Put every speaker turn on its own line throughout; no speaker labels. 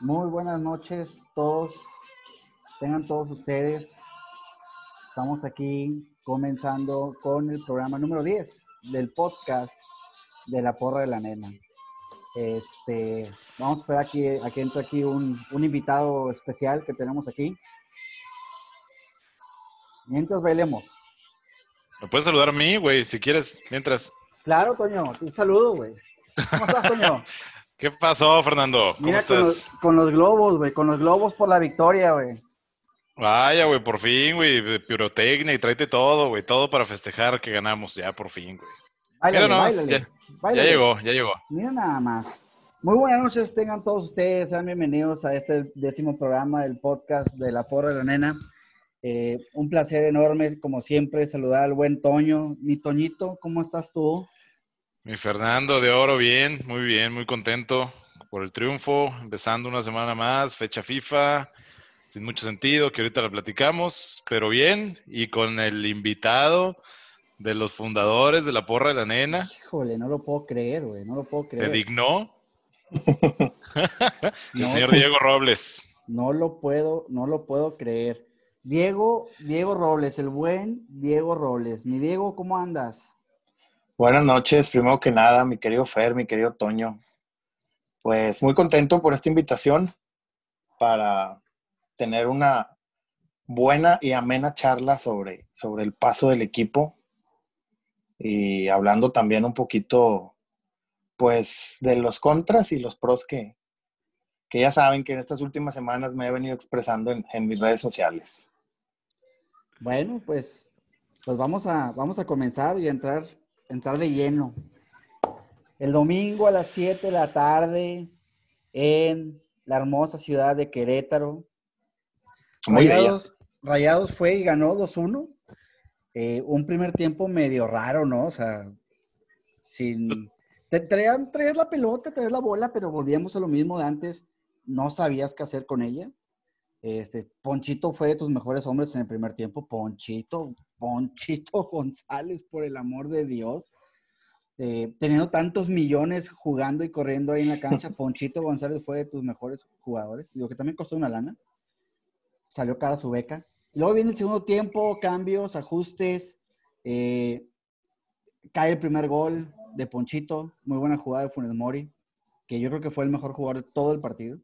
Muy buenas noches todos. Tengan todos ustedes. Estamos aquí comenzando con el programa número 10 del podcast de la porra de la nena. Este, vamos a esperar aquí, a que entre aquí un, un invitado especial que tenemos aquí. Mientras bailemos.
Me puedes saludar a mí, güey, si quieres, mientras.
Claro, Toño, un saludo, güey. ¿Cómo estás, Toño?
¿Qué pasó, Fernando? ¿Cómo
Mira, con los,
estás?
con los globos, güey, con los globos por la victoria, güey.
Vaya, güey, por fin, güey, de pirotecnia y tráete todo, güey, todo para festejar que ganamos, ya, por fin, güey.
Báilale,
Mira nomás,
báilale,
ya- Ya
báilale.
llegó, ya llegó.
Mira nada más. Muy buenas noches, tengan todos ustedes, sean bienvenidos a este décimo programa del podcast de La Porra de la Nena. Eh, un placer enorme, como siempre, saludar al buen Toño. Mi Toñito, ¿cómo estás tú?
Mi Fernando de Oro, bien, muy bien, muy contento por el triunfo, empezando una semana más, fecha FIFA, sin mucho sentido, que ahorita la platicamos, pero bien, y con el invitado de los fundadores de la porra de la nena,
Híjole, no lo puedo creer, güey, no lo puedo
se
creer.
dignó, el
No.
señor Diego Robles.
No lo puedo, no lo puedo creer. Diego, Diego Robles, el buen Diego Robles. Mi Diego, ¿cómo andas?
Buenas noches, primero que nada, mi querido Fer, mi querido Toño. Pues muy contento por esta invitación para tener una buena y amena charla sobre, sobre el paso del equipo y hablando también un poquito pues de los contras y los pros que, que ya saben que en estas últimas semanas me he venido expresando en, en mis redes sociales.
Bueno, pues, pues vamos a, vamos a comenzar y a entrar, entrar de lleno. El domingo a las 7 de la tarde en la hermosa ciudad de Querétaro.
Muy bella.
Rayados, Rayados fue y ganó 2-1. Eh, un primer tiempo medio raro, ¿no? O sea, sin... Te traían, traías la pelota, traías la bola, pero volvíamos a lo mismo de antes. No sabías qué hacer con ella. Este, Ponchito fue de tus mejores hombres en el primer tiempo. Ponchito, Ponchito González, por el amor de Dios. Eh, teniendo tantos millones jugando y corriendo ahí en la cancha, Ponchito González fue de tus mejores jugadores. Digo que también costó una lana salió cara su beca. Y luego viene el segundo tiempo, cambios, ajustes, eh, cae el primer gol de Ponchito, muy buena jugada de Funes Mori, que yo creo que fue el mejor jugador de todo el partido.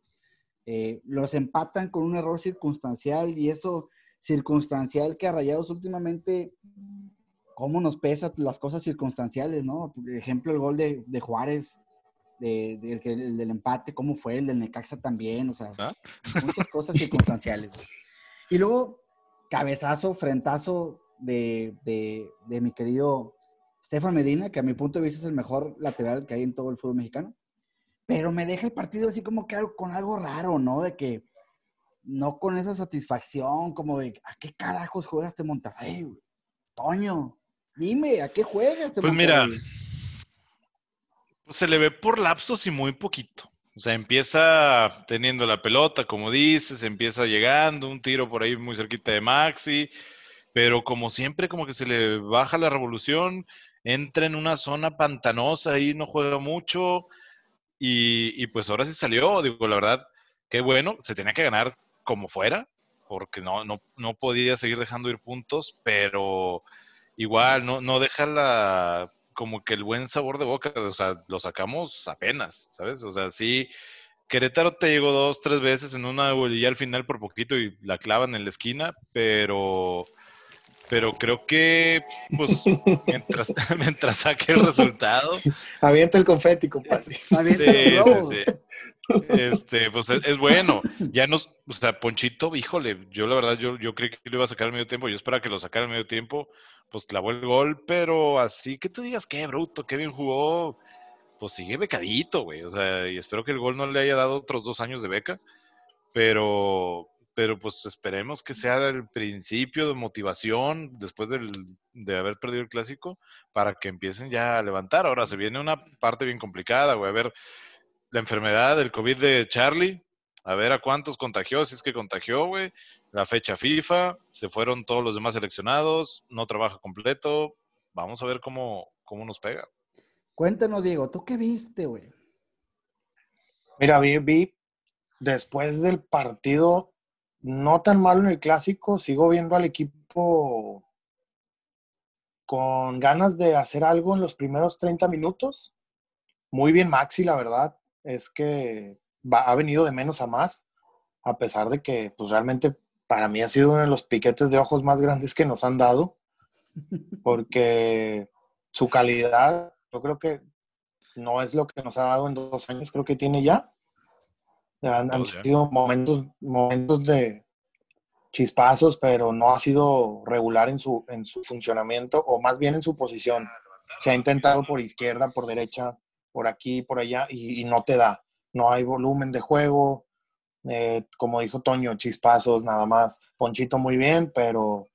Eh, los empatan con un error circunstancial y eso circunstancial que a Rayados últimamente, cómo nos pesa las cosas circunstanciales, ¿no? Por ejemplo, el gol de, de Juárez, de, del que- el del empate, cómo fue, el del Necaxa también, o sea,
¿Ah?
muchas cosas circunstanciales. Y luego, cabezazo, frentazo de, de- de mi querido Stefan Medina, que a mi punto de vista es el mejor lateral que hay en todo el fútbol mexicano. Pero me deja el partido así como que algo- con algo raro, ¿no? De que no con esa satisfacción, como de, ¿a qué carajos juega este Monterrey? güey? Toño, dime, ¿a qué juega este
Pues mira,
Monterrey?
Pues se le ve por lapsos y muy poquito. O sea, empieza teniendo la pelota, como dices, empieza llegando, un tiro por ahí muy cerquita de Maxi, pero como siempre, como que se le baja la revolución, entra en una zona pantanosa, ahí no juega mucho, y, y pues ahora sí salió, digo, la verdad, qué bueno, se tenía que ganar como fuera, porque no, no, no podía seguir dejando ir puntos, pero igual, no, no deja la, como que el buen sabor de boca, o sea, lo sacamos apenas, ¿sabes? O sea, sí, Querétaro te llegó dos, tres veces en una y al final por poquito y la clavan en la esquina, pero, pero creo que, pues, mientras, mientras saque el resultado,
Avienta el confeti, compadre.
Avienta el
Sí,
globo.
sí, sí. Este, pues es, es bueno. Ya nos, o sea, Ponchito, híjole, yo la verdad, yo, yo creí que lo iba a sacar al medio tiempo, yo esperaba que lo sacara al medio tiempo, pues clavó el gol, pero así que tú digas, qué bruto, qué bien jugó, pues sigue becadito, güey. O sea, y espero que el gol no le haya dado otros dos años de beca, pero, pero pues esperemos que sea el principio de motivación después del, de haber perdido el clásico para que empiecen ya a levantar. Ahora se viene una parte bien complicada, güey. A ver, la enfermedad del COVID de Charlie, a ver a cuántos contagió, si es que contagió, güey. La fecha FIFA, se fueron todos los demás seleccionados, no trabaja completo. Vamos a ver cómo, cómo nos pega.
Cuéntanos, Diego, ¿tú qué viste, güey?
Mira, vi, vi después del partido no tan malo en el clásico, sigo viendo al equipo con ganas de hacer algo en los primeros 30 minutos. Muy bien Maxi, la verdad, es que va- ha venido de menos a más, a pesar de que pues realmente para mí ha sido uno de los piquetes de ojos más grandes que nos han dado, porque su calidad yo creo que no es lo que nos ha dado en dos años, creo que tiene ya. Han, han
Oh, ya.
sido momentos, momentos de chispazos, pero no ha sido regular en su, en su funcionamiento, o más bien en su posición. Se ha intentado por izquierda, por derecha, por aquí, por allá, y, y no te da. No hay volumen de juego. eh, como dijo Toño, chispazos nada más. Ponchito muy bien, pero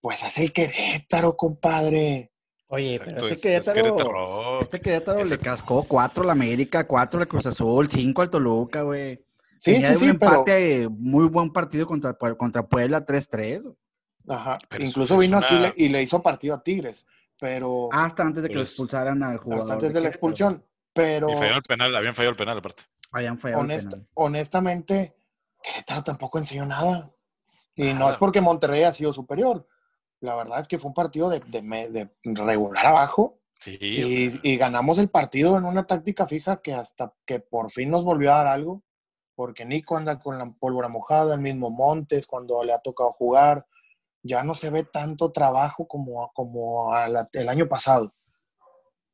pues hace el Querétaro, compadre.
Oye,
Exacto,
pero
es- es
este Querétaro,
Querétaro.
este Querétaro le
Exacto.
cascó cuatro al América, cuatro al Cruz Azul, cinco al Toluca, güey.
Sí,
Venía
sí,
de
sí,
un
pero,
empate, muy buen partido contra, contra Puebla 3-3.
ajá,
Pero es-
incluso
es
vino
una-
aquí le- y le hizo partido a Tigres, pero
Hasta antes de que
Pero
lo
es-
expulsaran al Ah, jugador.
Pues, hasta antes de la
Querétaro.
expulsión. Pero
Y falló el penal, habían fallado el penal aparte.
Habían fallado. el
honest-
penal.
honestamente, Querétaro tampoco enseñó nada. Y no
Nada.
es porque Monterrey ha sido superior. La verdad es que fue un partido de, de me- de regular abajo
Sí. o
y,
sea,
y ganamos el partido en una táctica fija que hasta que por fin nos volvió a dar algo, porque Nico anda con la pólvora mojada, el mismo Montes cuando le ha tocado jugar, ya no se ve tanto trabajo como, como a la- el año pasado.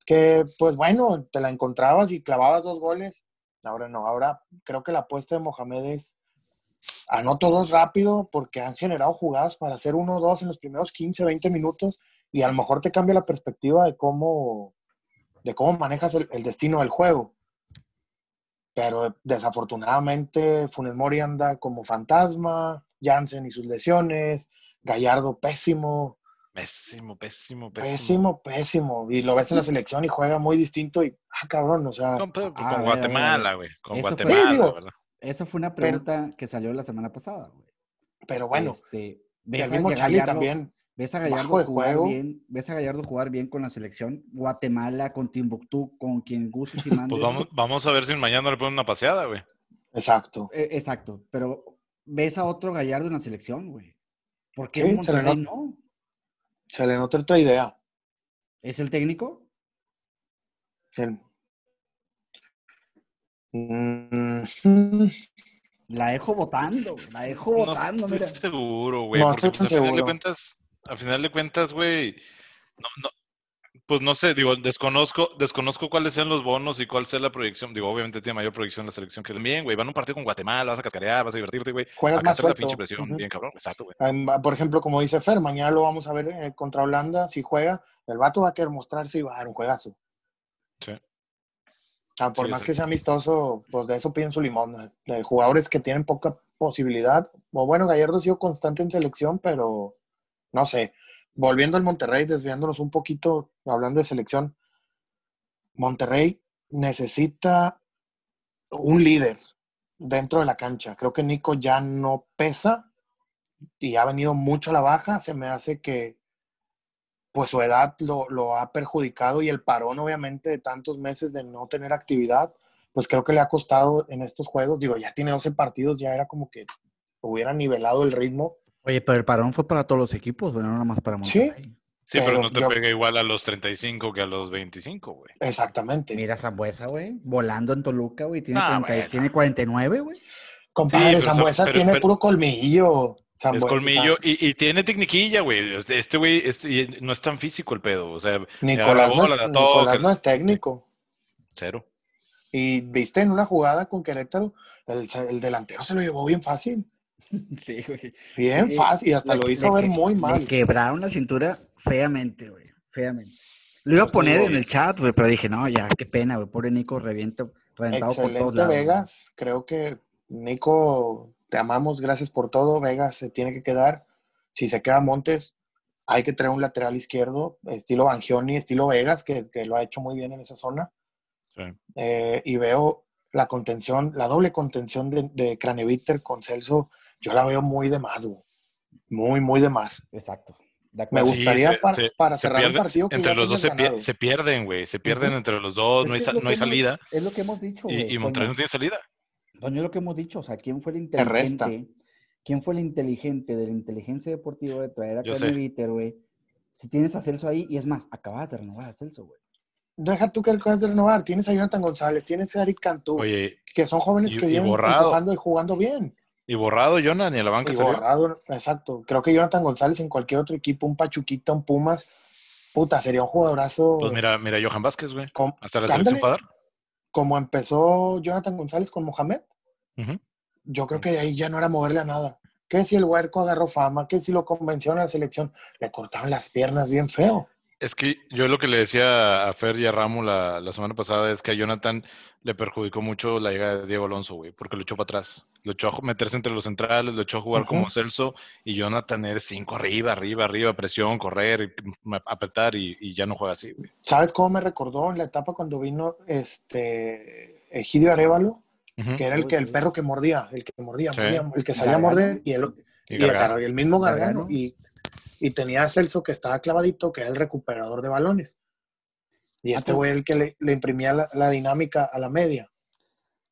Que pues bueno, te la encontrabas y clavabas dos goles. Ahora no, ahora creo que la apuesta de Mohamed es anoto dos rápido porque han generado jugadas para hacer uno o dos en los primeros 15, 20 minutos y a lo mejor te cambia la perspectiva de cómo, de cómo manejas el, el destino del juego. Pero desafortunadamente Funes Mori anda como fantasma, Jansen y sus lesiones, Gallardo pésimo,
Pésimo, pésimo, pésimo.
pésimo, pésimo. Y lo ves en la selección y juega muy distinto y, ah, cabrón, o sea,
Con, pero- con
a ver, a ver, a ver.
Guatemala, güey. Con
Eso fue-
Guatemala,
Sí, digo,
¿verdad?
Esa fue una
Pero-
pregunta que salió la semana pasada, güey.
pero bueno,
Este,
y
¿ves
el
a
mismo Charlie
Gallardo-
también.
¿Ves a
bajo
Gallardo
de
jugar
juego.
bien? ¿Ves a Gallardo jugar bien con la selección? Guatemala, con Timbuktu, con quien guste y mandes.
Pues vamos, vamos a ver si mañana le ponen una paseada, güey.
Exacto.
Eh, exacto, pero ves a otro Gallardo en la selección, güey. ¿Por qué
Sí,
en
se le
Monterrey no?
Se le nota otra idea.
¿Es el técnico?
El- Mm,
La dejo votando, la dejo
No
votando,
estoy
mira.
seguro, güey.
No
porque
estoy tan
pues, a final de
seguro.
cuentas, a final de cuentas, güey, no, no, pues no sé, digo, desconozco, desconozco cuáles sean los bonos y cuál sea la proyección. Digo, obviamente tiene mayor proyección la selección que también, güey. Van a un partido con Guatemala, vas a cascarear, vas a divertirte, güey.
Juegas
Acá
más
está la
suelto.
pinche presión,
Ujú.
bien cabrón, exacto, güey.
Em, Por ejemplo, como dice Fer, mañana lo vamos a ver eh, contra Holanda. Si juega, el vato va a querer mostrarse y va a dar un juegazo.
Sí.
Ah, por
Sí,
más
exacto.
que sea amistoso, pues de eso piden su limón. ¿no? De jugadores que tienen poca posibilidad. O bueno, Gallardo ha sido constante en selección, pero no sé. Volviendo al Monterrey, desviándonos un poquito, hablando de selección. Monterrey necesita un líder dentro de la cancha. Creo que Nico ya no pesa y ha venido mucho a la baja. Se me hace que pues su edad lo, lo ha perjudicado y el parón obviamente de tantos meses de no tener actividad, pues creo que le ha costado en estos juegos. Digo, ya tiene 12 partidos, ya era como que hubiera nivelado el ritmo.
Oye, pero el parón fue para todos los equipos, no nada más para
Sí.
Monterrey.
Sí, pero,
Pero
no te
yo-
pega igual a los 35 que a los 25, güey.
Exactamente.
Mira a Zambuesa, güey, volando en Toluca, güey, tiene,
Ah,
30
bueno.
tiene 49, güey.
Sí,
Compadre,
pero son-
Zambuesa
pero-
tiene
pero-
puro colmillo.
Es
Zambuesa,
colmillo y, y tiene tecniquilla, güey. Este este güey este- y no es tan físico el pedo, o sea,
Nicolás, no es,
bola, la
Nicolás
toca.
no es técnico.
cero.
Y viste en una jugada con Querétaro, el, el delantero se lo llevó bien fácil.
Sí, güey.
Bien
Sí,
fácil. Y hasta
Le-
lo
le
hizo ver
que-
muy
le
mal.
quebraron la cintura feamente, güey. Feamente. Lo iba a poner en el chat, güey, pero dije, no, ya, qué pena, güey. Pobre Nico reviento, reventado por todos
Excelente
lados.
Vegas, creo que Nico, te amamos, gracias por todo, Vegas se tiene que quedar, si se queda Montes, hay que traer un lateral izquierdo, estilo Bangioni, estilo Vegas, que, que lo ha hecho muy bien en esa zona,
Sí.
Eh, y veo la contención, la doble contención de, de Craneviter con Celso, yo la veo muy de más, güey. muy, muy de más.
Exacto. De
Me
acuerdo.
Sí,
gustaría
se-
para,
se-
para
se
cerrar
pierde-
un partido que
entre
ya
los dos se,
tengas
pier-
ganado.
se pierden, güey. Se pierden entre los dos,
Es
no hay,
que es
sa-
lo
no hay
que hemos-
salida
Es lo que hemos dicho,
y,
güey.
y Monterrey no
Toño.
tiene salida.
Toño, lo que hemos dicho, o sea, ¿quién fue el inteligente? ¿Quién fue el inteligente de la inteligencia deportiva de traer a
Yo
Cami
sé.
Viter, güey? Si tienes a Celso ahí, y es más, acabas de renovar a Celso, güey.
Deja tú que acabas de renovar. Tienes a Jonathan González, tienes a Eric Cantú,
Oye,
que son jóvenes
y-
que
y
vienen
borrado.
empujando y jugando bien.
y borrado, Jonah, ni a la banca
Y
salió. Pues
borrado, exacto. Creo que Jonathan González en cualquier otro equipo, un Pachuquita, un Pumas, puta, sería un jugadorazo.
Pues mira, mira, Johan Vázquez, güey.
com-
Hasta la
Ándale.
selección fue a dar.
como empezó Jonathan González con Mohamed,
Ujú.
yo creo que de ahí ya no era moverle a nada. Que si el huerco agarró fama, que si lo convencieron a la selección, le cortaron las piernas bien feo.
Es que yo lo que le decía a Fer y a Ramo la, la semana pasada es que a Jonathan le perjudicó mucho la llegada de Diego Alonso, güey, porque lo echó para atrás. Lo echó a ju- meterse entre los centrales, lo echó a jugar
Ujú.
como Celso y Jonathan era cinco arriba, arriba, arriba, presión, correr, m- apretar y, y ya no juega así, güey.
¿Sabes cómo me recordó en la etapa cuando vino este Egidio Arevalo?
Ujú.
Que era el
Uy,
que el
sí.
perro que mordía, el que mordía,
Sí.
mordía, el que salía a
Gargano.
morder y el,
Y
y el,
Gargano.
gar- el mismo gargano.
Gargano.
Y, y tenía a Celso que estaba clavadito, que era el recuperador de balones. Y este
Ah,
güey el que le, le imprimía la, la dinámica a la media.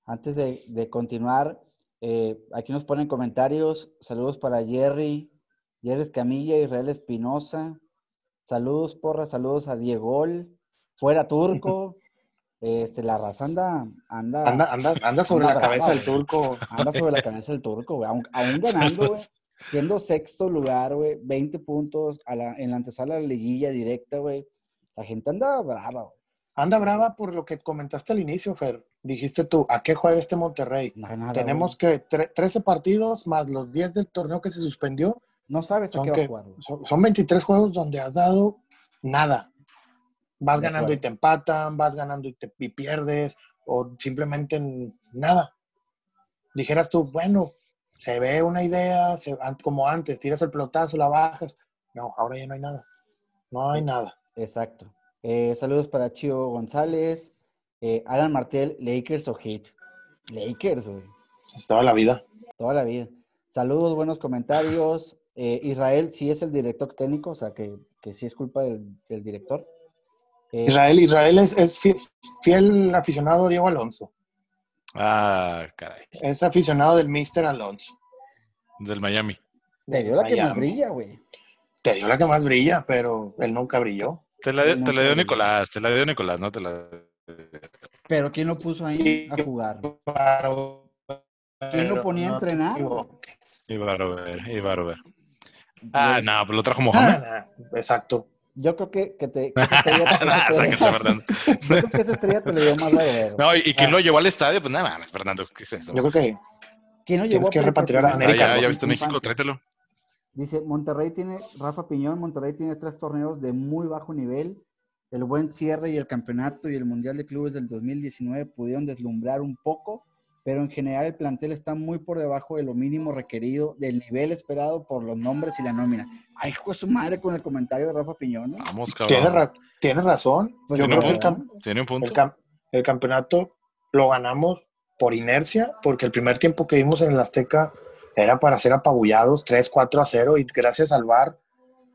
Antes de, de continuar, eh, aquí nos ponen comentarios. Saludos para Jerry, Jerry Escamilla, Israel Espinosa. Saludos, porra, saludos a Diego. Fuera turco. Este, la raza anda, anda,
Anda, anda, anda sobre
Anda brava,
la cabeza del
güey.
turco.
anda sobre la cabeza del turco, güey. Aún, aún ganando, güey. Siendo sexto lugar, güey. 20 puntos a la- en la antesala de la liguilla directa, güey. La gente anda brava, güey.
Anda brava por lo que comentaste al inicio, Fer. Dijiste tú, ¿a qué juega este Monterrey?
No, nada,
Tenemos
güey.
que tre- 13 partidos más los 10 del torneo que se suspendió.
No sabes a
son
qué va
que-
a jugar, güey.
Son, son 23 juegos donde has dado nada. Vas
De
ganando y
acuerdo.
te empatan, vas ganando y te y pierdes, o simplemente n- nada. Dijeras tú, bueno, se ve una idea, se- an- como antes, tiras el pelotazo, la bajas. No, ahora ya no hay nada. No hay
Sí.
nada.
Exacto. Eh, saludos para Chio González, eh, Alan Martel, Lakers o Heat. Lakers, güey,
Es toda la vida.
toda la vida. Saludos, buenos comentarios. Eh, Israel sí es el director técnico, o sea, que, que sí es culpa del, del director. Eh,
Israel, Israel es, es fie- fiel aficionado a Diego Alonso.
Ah, caray.
Es aficionado del Mister Alonso.
Del Miami.
te dio la que más
Miami.
brilla, güey.
Te dio la que más brilla, pero él nunca brilló.
Te la dio, te la
Nunca
dio
vi.
Nicolás, te la dio Nicolás, no te la
Pero ¿quién lo puso ahí a jugar? ¿Quién
¿Quién
lo ponía a entrenar?
iba a robar, iba a robar. Ah,
Yo-
no, pues lo trajo Mohamed.
exacto.
Yo creo que, que te, que esa estrella,
Ah,
esa
sáquese,
estrella-
Fernando.
yo creo que esa estrella te le dio más la de
No, y, y quién
Ah.
lo llevó al estadio, pues nada mames, Fernando, ¿qué es eso?
Yo creo que
¿Quién lo llevó
Tienes que
por- por
repatriar a
primera vez
Ah,
América,
ya,
en
ya
su
viste México,
infancia?
tráetelo.
Dice, Monterrey tiene, Rafa Piñón, Monterrey tiene tres torneos de muy bajo nivel. El buen cierre y el campeonato y el Mundial de Clubes del 2019 pudieron deslumbrar un poco, pero en general el plantel está muy por debajo de lo mínimo requerido, del nivel esperado por los nombres y la nómina. Ay, hijo de su madre con el comentario de Rafa Piñón, ¿no?
Vamos, cabrón.
tienes, ra- tienes razón.
Pues
Yo
tiene
creo que el,
un
cam-
Tiene un punto.
el cam- el campeonato lo ganamos por inercia, porque el primer tiempo que dimos en el Azteca era para ser apabullados 3, 4 a 0, y gracias al VAR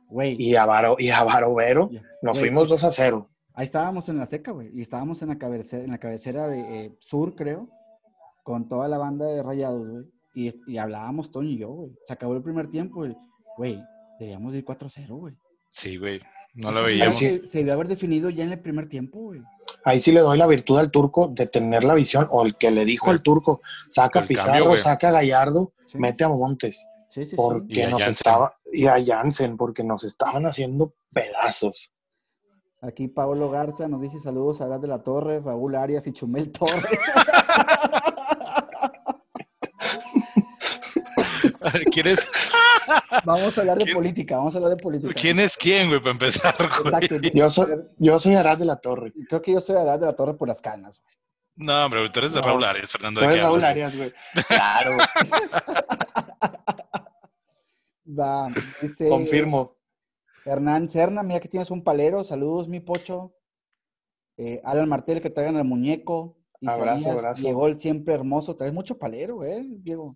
Güey,
y a, Varo, y a Barovero
ya.
nos
Güey,
fuimos 2 a 0.
Ahí estábamos en la seca, güey, y estábamos en la cabecera, en la cabecera de eh, Sur, creo, con toda la banda de Rayados, güey, y, es- y hablábamos Toño y yo, güey. Se acabó el primer tiempo, güey. Güey, debíamos de ir 4-0, güey.
Sí, güey. No lo
Esta
veíamos.
madre Se,
veíamos.
se debió haber definido ya en el primer tiempo, güey.
Ahí sí le doy la virtud al turco de tener la visión, o el que le dijo
Sí.
al turco, saca
El cambio,
Pizarro,
güey.
saca Gallardo,
Sí,
mete a Montes.
sí, sí. sí.
Y
porque
a
nos
Jansen.
estaba y a Jansen porque nos estaban haciendo pedazos.
Aquí Pablo Garza nos dice saludos a Arad de la Torre, Raúl Arias y Chumel Torres.
¿Quién es,
vamos a hablar de
¿Quién-
política, vamos a hablar de política.
¿Quién es quién, güey, para empezar? güey?
Exacto.
Yo soy yo soy Arad de la Torre.
Creo que yo soy Arad de la Torre por las canas, güey.
No, hombre, güey, tú eres de
No.
Raúl Arias, Fernando.
Tú
¿de
eres
qué
Raúl
hablas?
Arias, güey. Claro,
Va, dice-
confirmo.
Hernán Cerna, mira que tienes un palero. Saludos, mi pocho. Eh, Alan Martel, que traigan al muñeco.
Abrazo,
Isaías,
abrazo.
Diego, el siempre hermoso. Traes mucho palero, eh, Diego.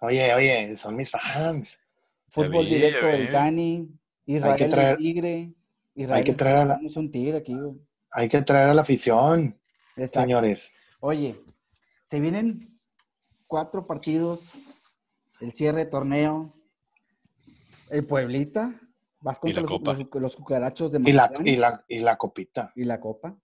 Oye, oye, son mis fans.
Fútbol
vi, ya
directo
vi.
del Dani. Israel, el
traer-
tigre. Israel,
Hay que traer a la,
es un tigre aquí, güey.
hay que traer a la afición,
Exacto.
señores.
Oye, se vienen cuatro partidos, el cierre de torneo, el Pueblita, vas
Y
contra
la
los,
Copa.
los- los cucarachos de
Y la,
Mazatlán
y la, y la copita.
y la Copa.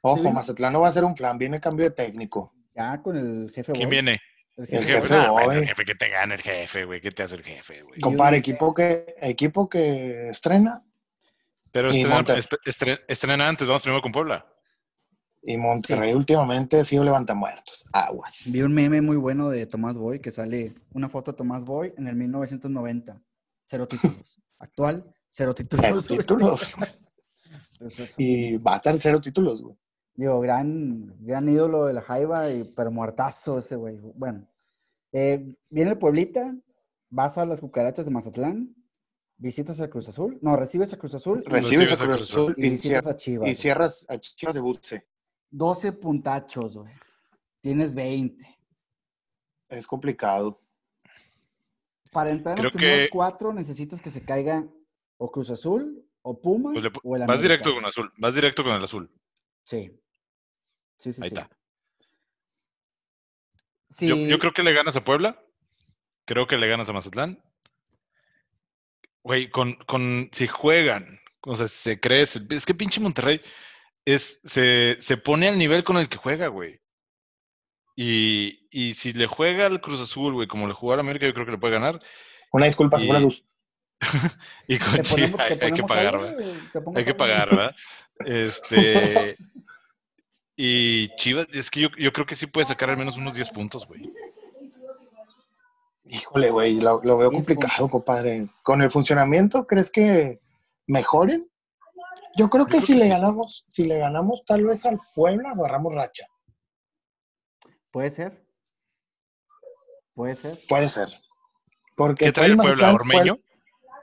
Ojo,
Sí.
Mazatlán no va a ser un flan, viene cambio de técnico.
Ya con el jefe.
¿Quién
Boy,
viene?
el jefe
El
El
Boy.
jefe,
jefe,
Nah, bueno,
güey.
el jefe que te gana el jefe, güey. ¿Qué te hace el jefe, güey?
Compara
un-
equipo que, equipo que estrena
Pero
Y
estrena,
Monterrey.
estre- estre- estrena antes, vamos primero con Puebla.
y Monterrey últimamente ha sido levanta muertos. Aguas.
Vi un meme muy bueno de Tomás Boy que sale una foto de Tomás Boy en el 1990. Cero títulos. Actual, cero títulos.
Cero títulos. Y va a estar cero títulos, güey.
Digo, gran, gran ídolo de la Jaiba, y, pero muertazo ese güey. Bueno, eh, viene el Pueblita, vas a las cucarachas de Mazatlán, visitas a Cruz Azul, no, recibes a Cruz Azul y-
Recibes a Cruz Azul
y
y,
visitas
cier-
a Chivas.
y cierras a Chivas de Buce.
12 puntachos, güey. Tienes 20.
Es complicado.
Para entrar en los
Creo
primeros
que-
cuatro necesitas que se caiga o Cruz Azul, o Pumas,
Pues le pu-
o el América.
vas directo con azul, vas directo con el azul.
Sí. Sí, sí,
Ahí
sí.
está.
Sí,
Yo, yo creo que le ganas a Puebla. Creo que le ganas a Mazatlán. Güey, con, con, si juegan, o sea, se crece. Es que pinche Monterrey es, se, se pone al nivel con el que juega, güey. Y, y si le juega al Cruz Azul, güey, como le jugó al América, yo creo que le puede ganar.
Una disculpa,
Y-
se fue la luz.
Y con
¿Te
Chivas
ponemos- te
hay, hay que
ponemos
pagar,
algo,
¿verdad?
güey? ¿Te pongo
Hay que
algo?
pagar, ¿verdad? Este. Y Chivas, es que yo, yo creo que sí puede sacar al menos unos 10 puntos, güey.
Híjole, güey, lo, lo veo
Diez
complicado, compadre. Con el funcionamiento, ¿crees que mejoren? Yo creo que
creo
si
que
le
sí.
ganamos, si le ganamos tal vez al Puebla, agarramos racha.
Puede ser. Puede ser.
Puede ser. Porque
¿Qué trae el Puebla?
Mazatlán,
Ormeño.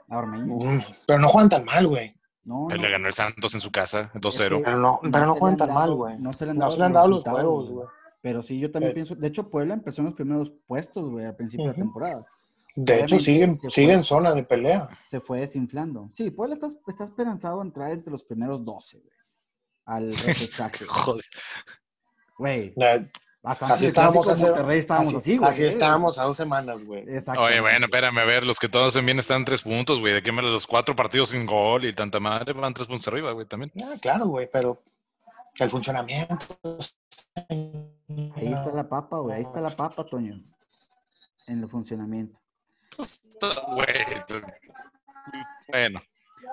A Ormeño.
Puebla- Mm, pero no juegan tan mal, güey.
No,
Ahí
no.
le ganó el Santos en su casa,
Es
2-0.
que
Pero no, pero no
se le
juegan
han
tan mal,
dado-
güey.
No se le han
No
dado,
se le han dado los
resultados,
huevos, güey.
Pero sí, yo también
Eh.
pienso. De hecho, Puebla empezó en los primeros puestos, güey, al principio de
Ujú.
la temporada.
De hecho,
Obviamente,
siguen,
se
siguen
fue.
en zona de pelea.
Se fue desinflando. Sí, Puebla está, está esperanzado a entrar entre los primeros 12, güey. Al repechaje.
Joder.
Güey.
Eh,
Hasta
Así
el
estábamos
clásico de
hace-
Monterrey estábamos así,
así,
güey. ¿eh?
así estábamos a dos semanas, güey.
Exacto.
Oye, bueno, espérame, a ver, los que todos bien están tres puntos, güey. De qué manera los cuatro partidos sin gol y tanta madre van tres puntos arriba, güey, también.
Ah, claro, güey, pero el funcionamiento.
Ahí está la papa, güey. Ahí está la papa, Toño. En el funcionamiento.
Pues, t- güey, t- Bueno,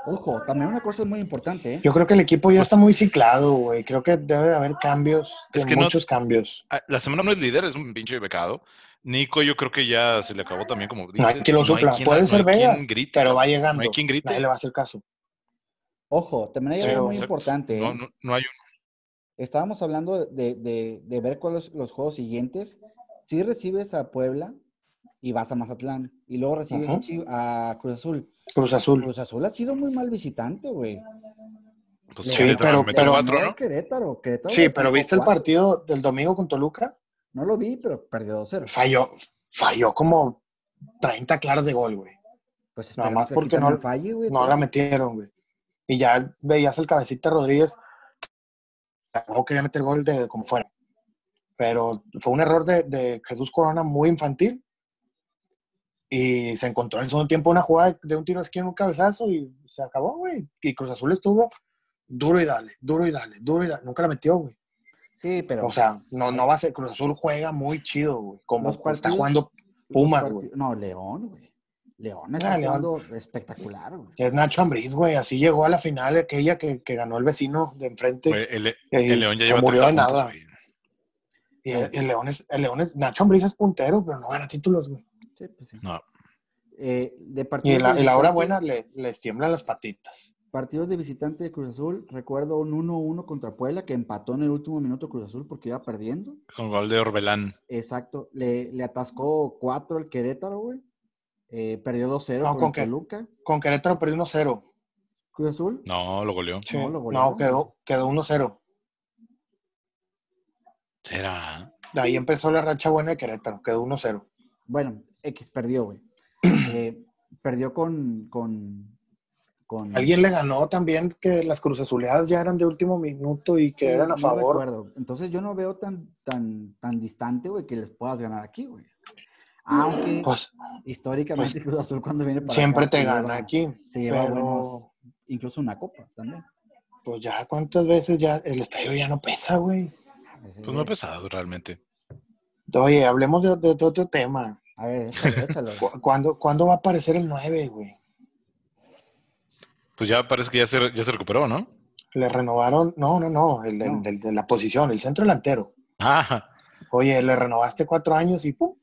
Ojo, también una cosa muy importante, ¿eh?
Yo creo que el equipo ya está muy ciclado, güey. Creo que debe de haber cambios,
Es
de
que no-
muchos cambios.
ah, la semana no es líder, es un pinche becado. Nico, yo creo que ya se le acabó también, como
No hay
dices,
quien lo
no hay
supla.
quien-
Puede
no
ser
hay quien
Vegas,
grite,
pero va
No
llegando.
hay quien grite.
Nadie le va a hacer caso.
Ojo, también hay algo
Pero-
muy
Exacto.
importante. ¿eh?
No, no, no hay un-
Estábamos hablando de, de- de ver cuáles los juegos siguientes. Si recibes a Puebla y vas a Mazatlán, y luego recibes a
Ujú.
Chi- a, Cruz Azul.
Cruz Azul.
Cruz Azul ha sido muy mal visitante, güey.
pues,
Le
Sí,
ganó-
Querétaro
pero-
le metió
le
pero-
cuatro,
ganó
¿no?
Querétaro, Querétaro
Sí,
le
pero
sacó
¿viste el
cuatro.
partido del domingo con Toluca?
No lo vi, pero perdió 2-0.
Falló, falló como 30 claras de gol, güey.
Pues
Nada
esperemos
más
que aquí
porque
también
no-
falle, güey.
No la metieron, güey. Y ya veías el cabecita Rodríguez. No quería meter gol de como fuera. Pero fue un error de, de Jesús Corona muy infantil. Y se encontró en el segundo tiempo una jugada de un tiro de esquina, un cabezazo y se acabó, güey. Y Cruz Azul estuvo duro y dale, duro y dale, duro y dale. Nunca la metió, güey.
Sí, pero
O sea, no, no va a ser. Cruz Azul juega muy chido, güey. Como
Los
está
partidos-
jugando
los
Pumas,
parti-
güey.
No, León, güey. León
Ah,
está
León.
jugando espectacular, güey.
Es Nacho Ambriz, güey. Así llegó a la final aquella que, que ganó el vecino de enfrente.
Güey, el,
Ey,
el León ya
se
lleva
murió
30
de
puntos,
nada.
güey.
Y el, el León es, el León es, Nacho Ambriz es puntero, pero no gana títulos, güey.
Sí, pues sí.
No.
Eh, de
Y
partidos
en la,
de
en la hora
visitante-
buena le, les tiemblan las patitas.
Partidos de visitante de Cruz Azul, recuerdo un 1-1 contra Puebla que empató en el último minuto Cruz Azul porque iba perdiendo.
Con gol de Orbelán.
Exacto, le, le atascó 4 al Querétaro, güey. Eh, perdió 2-0
No,
con,
¿con
el
qué?
Toluca.
Con Querétaro perdió 1-0.
Cruz Azul,
No, lo goleó.
Sí.
No, lo
No,
golearon.
quedó, quedó 1-0.
Será.
De ahí empezó la racha buena de Querétaro, quedó 1-0.
bueno, X perdió, güey. Eh, perdió con, con, con...
Alguien le ganó también que las cruzazuleadas ya eran de último minuto y que
Sí,
eran a
no
favor.
recuerdo. Entonces yo no veo tan, tan, tan distante, güey, que les puedas ganar aquí, güey. Aunque
Pues
históricamente Cruz Azul cuando viene para
siempre
acá
te
se
gana
lleva-
aquí.
Se lleva buenos,
Pero
incluso una copa también.
pues ya cuántas veces ya el estadio ya no pesa, güey.
Pues no ha pesado realmente.
Oye, hablemos de, de- de otro tema.
A ver, échalo, échalo.
Cu- ¿Cuándo, cuándo va a aparecer el 9, güey?
Pues ya parece que ya se, ya se recuperó, ¿no?
Le renovaron, no, no, no, el, el-
No.
el de la posición, el centro delantero.
Ah,
Oye, le renovaste cuatro años y ¡pum!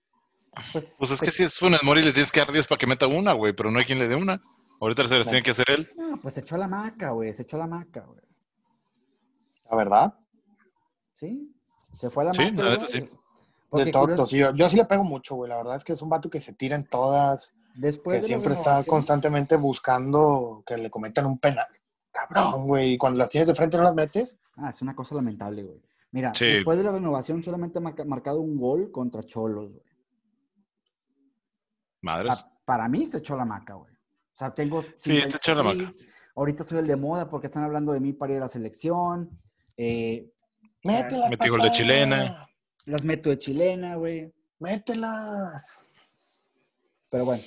Pues,
pues es que si es Funes Mori les tienes que dar 10 para que meta una, güey, pero no hay quien le dé una. Ahorita se las tiene que hacer él.
No, pues se echó la maca, güey. Se echó la maca, güey.
La verdad,
¿Sí? Se fue a la
Sí,
maca.
la neta
güey.
sí.
Porque
de todos.
curios-
yo, yo sí le pego mucho, güey. La verdad es que es un vato que se tira en todas,
Después
que
Pues de la
siempre está
renovación-
constantemente buscando que le cometan un penal. Cabrón, güey. Y cuando las tienes de frente no las metes.
Ah, es una cosa lamentable, güey. Mira,
Sí.
después de la renovación solamente ha marca- marcado un gol contra Cholos, güey. Pa-
Ah,
Madres.
para mí se echó la maca, güey. O sea, tengo...
Pues Sí, está hecho la maca.
Ahorita soy el de moda porque están hablando de mí para ir a la selección. Eh,
Mételas.
Metí gol de
papá,
chilena.
las meto de chilena, güey.
Mételas.
Pero bueno.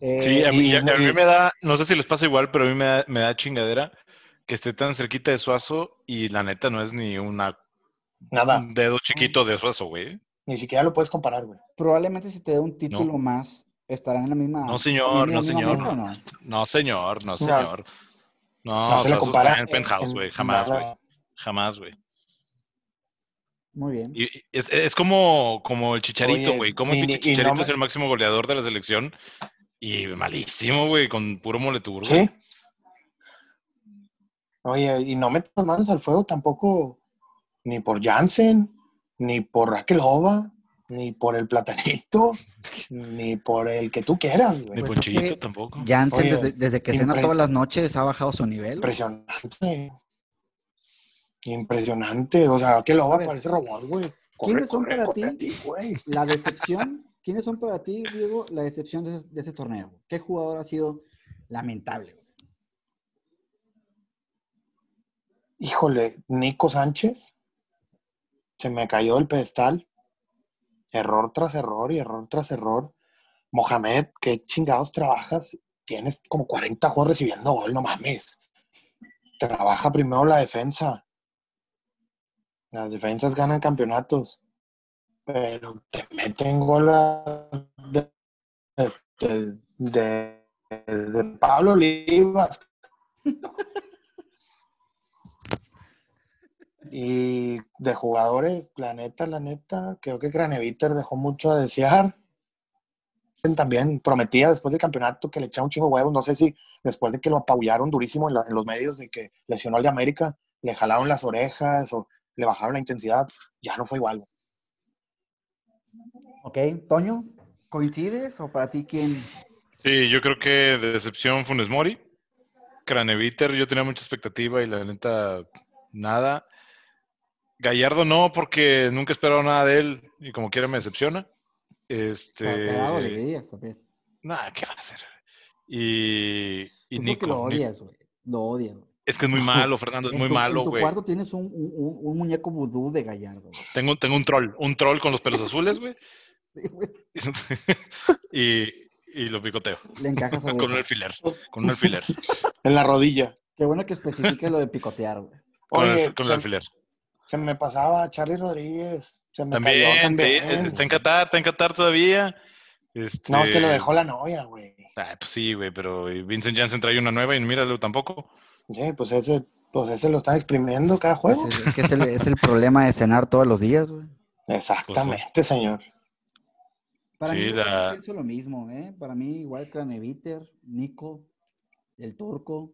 Eh,
Sí, a mí,
y-
ya- a mí
y-
me da, no sé si les pasa igual, pero a mí me da, me da chingadera que esté tan cerquita de Suazo y la neta no es ni una,
Nada.
un dedo chiquito de Suazo, güey.
Ni siquiera lo puedes comparar, güey.
probablemente si te dé un título más, estarán en la misma...
No, señor,
en la
no,
misma
señor.
mesa o no?
No, señor, no, señor. No,
No se le
Suazo
compara
está en
en-
penthouse,
en
güey. Jamás,
nada.
güey. Jamás, güey.
Muy bien.
Y y es, es como, como el Chicharito,
Oye,
güey. Como el
y ni-
pinche
y no
Chicharito
me-
es el máximo goleador de la selección. Y malísimo, güey, con puro moletur, güey.
Sí. Oye, y no metas las manos al fuego tampoco, ni por Jansen, ni por Raquel Ova, ni por el platanito, ni por el que tú quieras,
Ni
güey.
Pues
por
es que-
Chicharito tampoco.
Jansen,
Oye,
desde, desde que cena
impres-
todas las noches, ha bajado su nivel. güey.
Impresionante. Impresionante. O sea, Raquel
A
Ova
ver.
parece robot, güey.
¿Quiénes son para ti?
güey.
La decepción, ¿quiénes son para ti, Diego, la decepción de, de ese torneo? güey? ¿Qué jugador ha sido lamentable? güey?
Híjole, Nico Sánchez se me cayó del pedestal. Error tras error y error tras error. Mohamed, qué chingados trabajas. Tienes como 40 juegos recibiendo gol, no mames. Trabaja primero la defensa. Las defensas ganan campeonatos. Pero te meten gol a- de, este, de- de Pablo Olivas, Y de jugadores, la neta, la neta, creo que Craneviter dejó mucho a desear. También prometía después del campeonato que le echaba un chingo de huevos. No sé si después de que lo apabullaron durísimo en, la- en los medios de que lesionó al de América, le jalaron las orejas o le bajaron la intensidad, ya no fue igual.
Ok, Toño, ¿coincides o para ti quién?
Sí, yo creo que de decepción Funes Mori. Craneviter, yo tenía mucha expectativa y la neta, nada. Gallardo no, porque nunca esperaba nada de él y como quiera me decepciona.
Te ha
Este.
dado alegrías también.
Nah, ¿qué va a hacer? Y,
Tú
y
porque
Nico.
lo
Nico-
odias, güey. Lo odias. güey.
Es que es muy malo, Fernando, es
En
muy
tu-
malo,
En tu
güey.
cuarto tienes un, un- un- un muñeco vudú de Gallardo. güey.
Tengo, tengo un troll, un troll con los pelos azules, güey.
Sí, güey.
y, y lo picoteo
Le encajas a
con un alfiler, con un alfiler,
En la rodilla.
Qué bueno que especifique lo de picotear, güey.
con, el-
Oye,
con el
se-
alfiler.
se me pasaba Charlie Rodríguez, se me
También,
cayó también.
sí, está en Qatar, está en Qatar todavía. Este,
No, es que lo dejó la novia, güey.
Ah, pues sí, güey, pero Vincent Janssen trae una nueva y míralo tampoco.
Sí, pues ese, pues ese lo está exprimiendo cada
Pues
juego.
es, es que es el, es el problema de cenar todos los días, güey.
Exactamente, señor.
Para
Sí,
mí, yo
la-
pienso lo mismo, ¿eh? Para mí, igual Craneviter, Nico, el turco,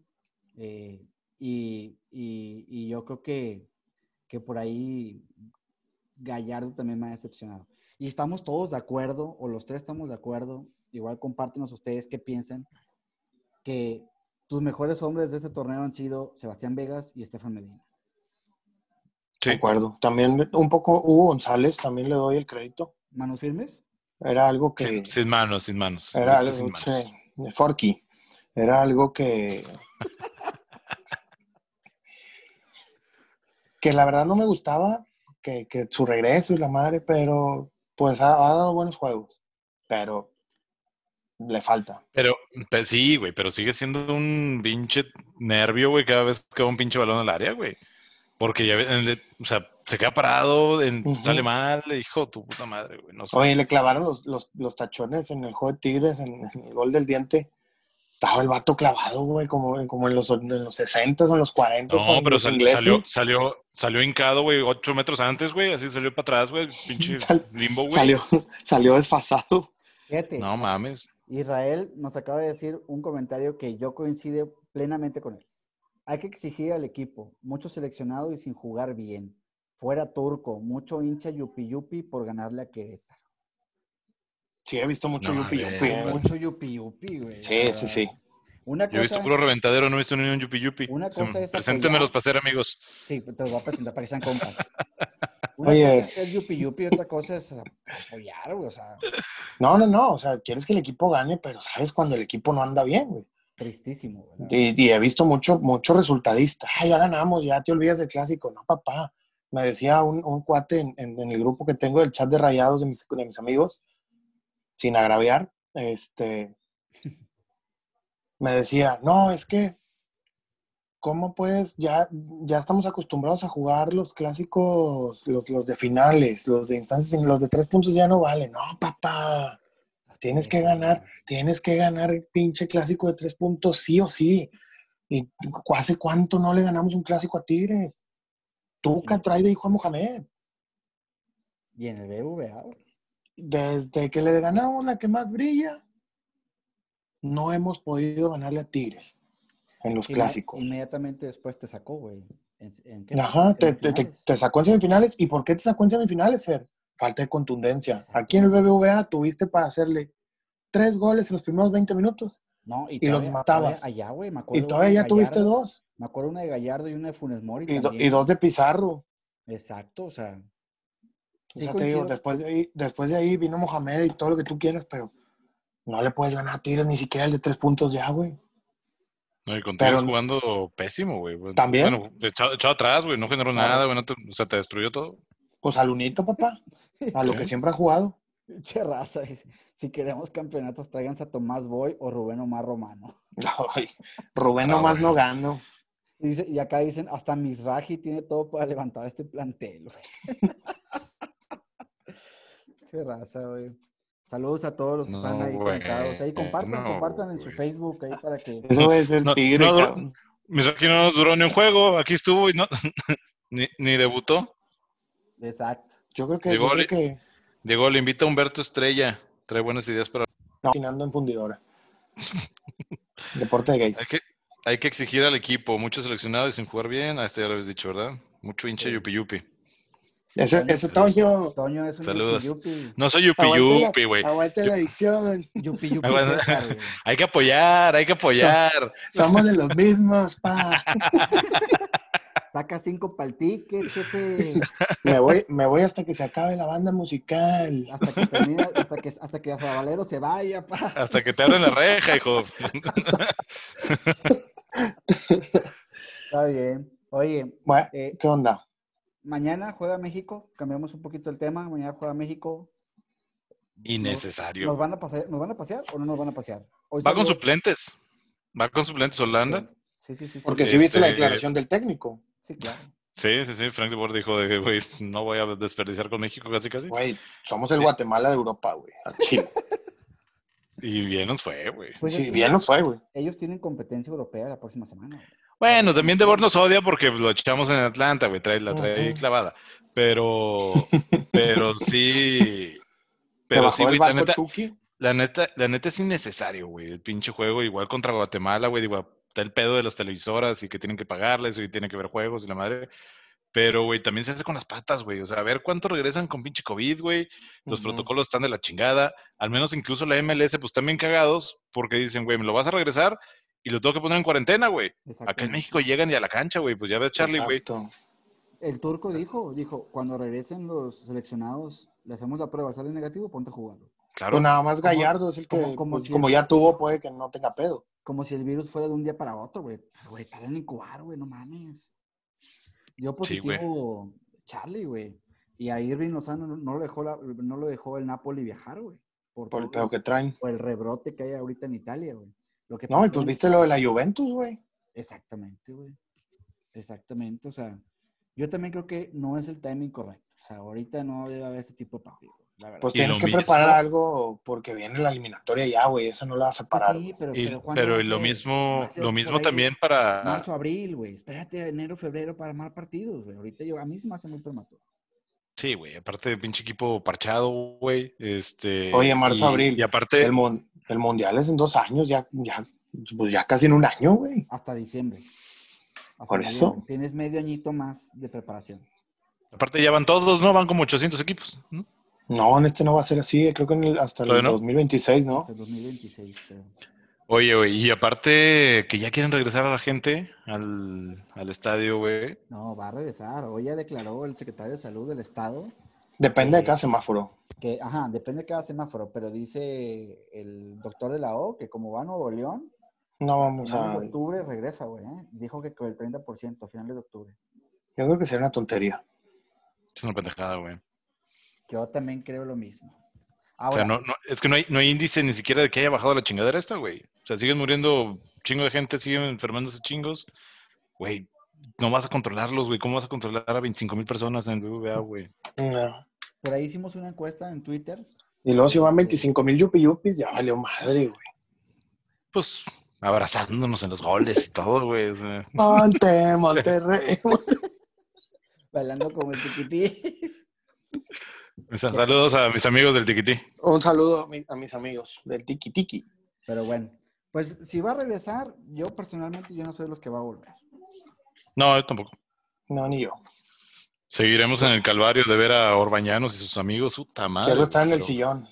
eh, y, y- y yo creo que, que por ahí Gallardo también me ha decepcionado. Y estamos todos de acuerdo, o los tres estamos de acuerdo, igual compártenos ustedes qué piensan, que tus mejores hombres de este torneo han sido Sebastián Vegas y Estefan Medina.
Sí,
De acuerdo. También un poco Hugo González, también le doy el crédito.
¿Manos firmes?
Era algo que...
sin, sin manos, sin manos.
era
Ahorita
algo,
sin manos.
sí, Forky. Era algo que... que la verdad no me gustaba, que, que su regreso y la madre, pero pues ha, ha dado buenos juegos. pero le falta.
Pero, pe- sí, güey, pero sigue siendo un pinche nervio, güey, cada vez que va un pinche balón al área, güey. Porque ya, ve- en el- o sea, se queda parado, en-
Ujú.
sale mal, hijo, tu puta madre, güey. No sé.
Oye, le clavaron los, los, los tachones en el juego de Tigres, en, en el gol del diente. Estaba el vato clavado, güey, como, como en, los, en los 60 o en los 40
no,
con
pero
los
sal-
ingleses.
salió, salió, salió hincado, güey, ocho metros antes, güey, así salió para atrás, güey, pinche
Sal-
limbo, güey.
salió, salió desfasado.
Fíjate,
No mames.
Israel nos acaba de decir un comentario que yo coincide plenamente con él. Hay que exigir al equipo, mucho seleccionado y sin jugar bien. Fuera turco, mucho hincha yupi yupi por ganarle a Querétaro.
Sí, he visto mucho
No,
yupi
a ver,
yupi, eh, güey.
Mucho yupi yupi, güey. O
Sí,
sea,
sí, sí.
Una
Yo he visto
cosa-
puro reventadero, no he visto ni un yupi yupi.
Una
Sí,
cosa es
Preséntemelos
apoyar.
para ser amigos.
Sí, te los voy a presentar para que sean compas. Una
Oye.
cosa es ser yupi yupi, otra cosa es apoyar, güey. O sea,
No, no, no. O sea, quieres que el equipo gane, pero sabes cuando el equipo no anda bien, güey.
tristísimo, güey.
Y, y he visto mucho, mucho resultadista. Ah, ya ganamos, ya te olvidas del clásico. No, papá. Me decía un, un cuate en, en- en el grupo que tengo del chat de rayados de mis, de mis amigos, sin agraviar, este, me decía, no, es que, ¿cómo puedes? Ya, ya estamos acostumbrados a jugar los clásicos, los, los de finales, los de instancias, fin- los de tres puntos ya no valen. No, papá, tienes que ganar tienes que ganar el pinche clásico de tres puntos, sí o sí. ¿Y cu- hace cuánto no le ganamos un clásico a Tigres? Tuca trae de hijo a Mohamed.
Y en el BBVA, güey.
Desde que le ganamos la que más brilla, no hemos podido ganarle a Tigres en los
Inme-
clásicos.
Inmediatamente después te sacó, güey. ¿En, en qué?
Ajá,
¿En
te, te- te-
semifinales?
te sacó en semifinales. ¿Y por qué te sacó en semifinales, Fer? Falta de contundencia.
Exacto.
Aquí en el BBVA tuviste para hacerle tres goles en los primeros 20 minutos
No, y,
y los
todavía-
matabas.
todavía allá, güey, me acuerdo.
y todavía
una
ya
de
tuviste
Gallardo-
dos.
Me acuerdo una de Gallardo y una de Funes Mori.
Y, do-
también.
y dos de Pizarro.
Exacto, o sea.
O
sí
sea, te digo,
coincido.
después de, ahí, después de ahí vino Mohamed y todo lo que tú quieras, pero no le puedes ganar a Tigres ni siquiera el de tres puntos ya, güey.
No, y con
Pero-
Tigres jugando pésimo, güey. Bueno,
¿También?
Bueno, echado, echado atrás, güey, no generó
Claro.
nada, güey, no te- o sea, te destruyó todo.
Pues al unito, papá, a lo
Sí.
que siempre ha jugado.
Che raza, es- si queremos campeonatos, tráiganse a Tomás Boy o Rubén Omar Romano.
Ay, Rubén
Ah,
nomás
bueno.
no gano.
Y, dice- y acá dicen, hasta Misraji tiene todo para levantar este plantel. güey. che raza, güey. Saludos a todos los que
No,
están ahí
güey,
conectados. Ahí compartan,
no,
compartan en su
güey.
Facebook ahí para que.
Eso debe ser
No,
Tigre,
no,
cabrón.
Misaki no nos duró ni un juego, aquí estuvo y no, ni, ni debutó.
Exacto.
Yo creo que,
Llegó
yo creo
le-
que
Llegó, le invita a Humberto Estrella, trae buenas ideas para...
no, patinando en fundidora. Deporte de
Hay
gays.
que, hay que exigir al equipo, mucho seleccionado y sin jugar bien, a este ya lo habéis dicho, ¿verdad? Mucho hinche
Sí.
yupi yupi.
Ese, ese Toño,
Toño es un
Saludos.
yupi yupi.
No soy yupi
Aguante la-
yupi, güey.
aguante la adicción.
Yupi yupi.
Ah, bueno.
César, güey.
Hay que apoyar, hay que apoyar.
Somos de los mismos, pa.
Saca cinco pa'l ticket, jefe.
Me voy, me voy hasta que se acabe la banda musical.
Hasta que termine, hasta que, hasta que hasta Valero se vaya, pa.
Hasta que te abren la reja, hijo.
Está bien. Oye,
Bueno,
eh,
¿qué onda?
mañana juega México. Cambiamos un poquito el tema. Mañana juega México.
Innecesario.
¿Nos van a pasear, ¿nos van a pasear o no nos van a pasear? Hoy
Va con
salió-
suplentes. Va con suplentes Holanda.
Sí, sí, sí. sí.
Porque si viste la
Este-
declaración del técnico.
Sí, claro.
Sí, sí, sí. Frank de Boer dijo de que, güey, no voy a desperdiciar con México casi, casi.
Güey, somos el
Sí.
Guatemala de Europa, güey. Al Chile.
Y bien nos fue, güey.
Pues es
Sí,
que
bien nos fue, güey.
Ellos tienen competencia europea la próxima semana. güey.
Bueno,
Este,
también De Boer nos odia porque lo echamos en Atlanta, güey. Trae, la trae
Ujú.
clavada. Pero, pero sí.
Pero
Pero
bajó
sí,
el
güey, la
barco
neta,
Chucky.
la, neta, la neta es innecesario, güey. El pinche juego, igual contra Guatemala, güey. Digo, está el pedo de las televisoras y que tienen que pagarles y tiene que ver juegos y la madre. Pero, güey, también se hace con las patas, güey. O sea, a ver cuánto regresan con pinche COVID, güey. Los
Ujú.
protocolos están de la chingada. Al menos incluso la MLS, pues están bien cagados porque dicen, güey, me lo vas a regresar y lo tengo que poner en cuarentena, güey. Acá en
Exactamente.
México llegan y a la cancha, güey. Pues ya ves, Charlie, güey.
Exacto.
El turco dijo, dijo, cuando regresen los seleccionados, le hacemos la prueba, sale negativo, ponte a jugar. güey.
Claro.
Pues nada más Gallardo es el que, pues,
como-
como,
como si-
ya tuvo, puede que no tenga pedo.
Como si el virus fuera de un día para otro, güey. Güey, estar en incubar, güey, no mames. Dio
Sí, güey.
positivo Charlie, güey. Y a Irving Lozano no no lo dejó, la- no lo dejó el Napoli viajar, güey. Por,
por el pedo que traen.
por el rebrote que hay ahorita en Italia, güey. Lo que
No, y
pasó
pues
en-
viste lo de la Juventus, güey.
Exactamente, güey. Exactamente, o sea, yo también creo que no es el timing correcto. O sea, ahorita no debe haber este tipo de partido, la verdad.
Pues
Y
tienes
lo
que
mismo.
preparar algo porque viene la eliminatoria ya, güey. Esa no la vas a
Pues
parar.
sí,
güey.
pero,
Y-
pero, ¿cuándo
pero
va a
y lo
ser? Va
mismo,
a ser
lo
por
mismo
ahí
también para.
Marzo, abril, güey. Espérate, enero, febrero para armar partidos, güey. Ahorita yo, a mí se me hace muy prematuro.
Sí, güey. Aparte de pinche equipo parchado, güey. Este.
Oye, marzo,
y-
abril.
Y aparte.
El, mun- el mundial es en dos años, ya, ya, pues ya casi en un año, güey.
Hasta diciembre. Hasta
Por
noviembre.
eso.
Tienes medio añito más de preparación.
Aparte ya van todos, ¿no? Van como 800 equipos, ¿no?
No, en este no va a ser así. Creo que en el- hasta el
¿Todavía no?
2026, ¿no?
Hasta el 2026, creo.
Oye, güey, y aparte que ya quieren regresar a la gente al, al estadio, güey.
No, va a regresar. Hoy ya declaró el secretario de Salud del Estado
Depende de
Sí.
cada semáforo.
que, ajá, depende de cada semáforo, pero dice el doctor de la O que como va a Nuevo León,
No
a
vamos
finales
a.
de octubre regresa, güey. ¿eh? Dijo que con el 30% a finales de octubre.
Yo creo que sería una tontería.
Es una pendejada, güey.
Yo también creo lo mismo.
O sea,
Ahora,
no, no- es que no hay, no hay índice ni siquiera de que haya bajado la chingadera esta, güey. O sea, siguen muriendo chingo de gente, siguen enfermándose chingos. Güey, no vas a controlarlos, güey. ¿Cómo vas a controlar a 25 mil personas en el BBVA, güey?
No.
por ahí hicimos una encuesta en Twitter.
Y luego si van 25 mil yupi yupis, ya valió madre, güey.
Pues abrazándonos en los goles y todo, güey. o sea.
Monte, Monterrey.
Bailando como el tiquití.
Saludos a mis amigos del Tiquití.
Un saludo a, mi- a mis amigos del Tiki Tiki.
Pero bueno, pues si va a regresar, yo personalmente yo no soy de los que va a volver.
No, yo tampoco.
No, ni yo.
Seguiremos en el calvario de ver a Orbañanos y sus amigos. Puta madre.
Quiero estar en el
Ah, pero-
sillón.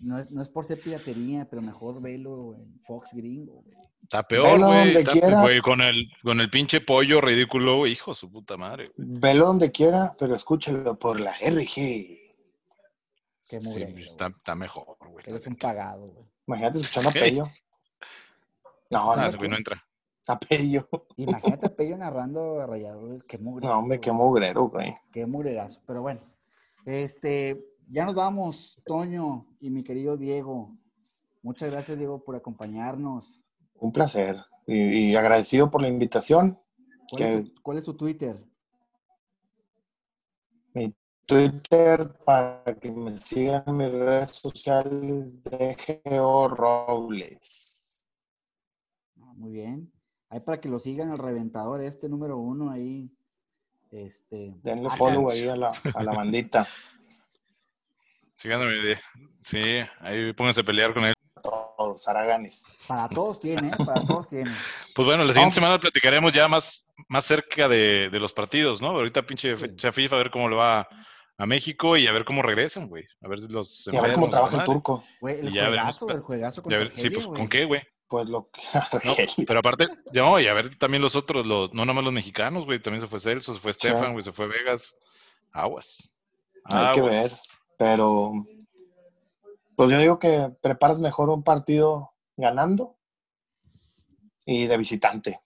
No es, no es por ser piratería, pero mejor velo en Fox Gringo, güey.
Está peor,
Velo
güey.
donde
está-
quiera.
güey, Con el, con el pinche pollo ridículo, güey, hijo de su puta madre. güey.
Velo donde quiera, pero escúchelo por la RG.
Qué
Sí,
mugre,
está, está mejor, güey. la
Eres un
neta.
pagado, güey.
Imagínate escuchando a
Ok.
Pello. No,
Ah,
no, pues.
ese güey no entra.
a Pello.
Imagínate a Pello narrando a Rayado, güey. Qué mugre.
No, hombre,
güey.
qué mugrero, güey.
Qué mugrerazo. Pero bueno, este, ya nos vamos, Toño y mi querido Diego. Muchas gracias, Diego, por acompañarnos.
Un placer. Y, y agradecido por la invitación.
¿Cuál, es
¿Qué?
tu, cuál es tu Twitter?
Mi Twitter para que me sigan en mis redes sociales de GO Robles.
Ah, Muy bien. Ahí para que lo sigan al reventador este número uno ahí. Este,
Denle
ah,
follow ahí a la, a la bandita.
Síganme, güey. Sí, ahí pónganse a pelear con él.
Todos, Araganes.
Para todos tiene, ¿eh? para todos tiene.
Pues bueno, la siguiente
Vamos.
semana platicaremos ya más, más cerca de, de los partidos, ¿no? Ahorita pinche
Sí.
fecha FIFA, a ver cómo le va a México y a ver cómo regresan, güey. A ver si los
Y a ver cómo
enfermos,
trabaja el
madre.
turco.
Güey, el
Y ya veremos,
juegazo, el juegazo
Y a
contra
ver, sí,
Argelia,
pues, ¿con
güey.
qué, güey?
Pues lo que.
No, pues, pero aparte, ya, no, y a ver también los otros, los, no nomás los mexicanos, güey, también se fue Celso, se fue
Sí.
Stefan, güey, se fue Vegas. Aguas.
Hay que ver. Pero. Pues yo digo que preparas mejor un partido ganando y de visitante.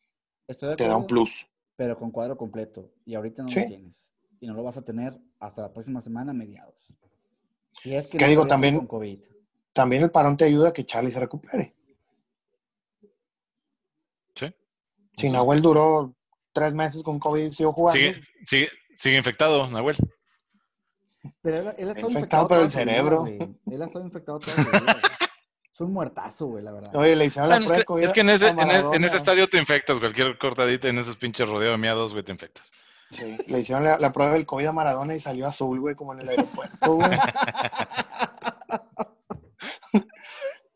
Estoy de
Te da un
acuerdo,
plus.
pero con cuadro completo. Y ahorita no lo
Sí.
tienes. Y no lo vas a tener hasta la próxima semana, mediados. Si es que
¿Qué
no
digo
regresan
también?
con COVID.
También el parón te ayuda a que Charlie se recupere.
Sí.
Si Nahuel duró tres meses con COVID y siguió jugando.
Sigue, sigue, sigue infectado, Nahuel.
Pero él, él ha estado
Infectado
infectado
por el
toda su vida,
cerebro.
güey. él ha estado infectado toda su vida. güey. Es un muertazo, güey, la verdad.
Oye, le hicieron la
Bueno, es,
prueba de COVID
que, es que en, ese,
a
en, es- en
Maradona.
ese estadio te infectas, cualquier cortadita en esos pinches rodeos de miados, güey, te infectas.
Sí, le hicieron la, la prueba del COVID a Maradona y salió azul, güey, como en el aeropuerto, güey.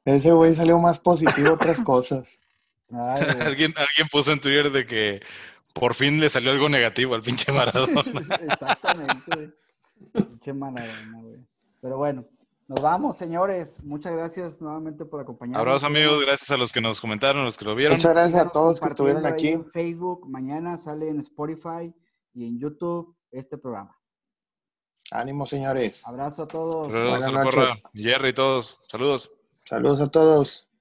Ese güey salió más positivo a otras cosas.
Ay, güey.
Alguien, alguien puso en Twitter de que por fin le salió algo negativo al pinche Maradona.
Exactamente, güey. Pinche Maradona, güey. Pero bueno, nos vamos, señores. Muchas gracias nuevamente por acompañarnos.
Abrazo, amigos, gracias a los que nos comentaron, a los que lo vieron.
Muchas gracias a
Síganos
todos que estuvieron
compartiendo ahí
aquí.
En Facebook, mañana sale en Spotify y en YouTube este programa.
Ánimo, señores.
Abrazo a todos.
Saludos
Buenas
al Corra,
noches.
Jerry y todos. Saludos.
Saludos a todos.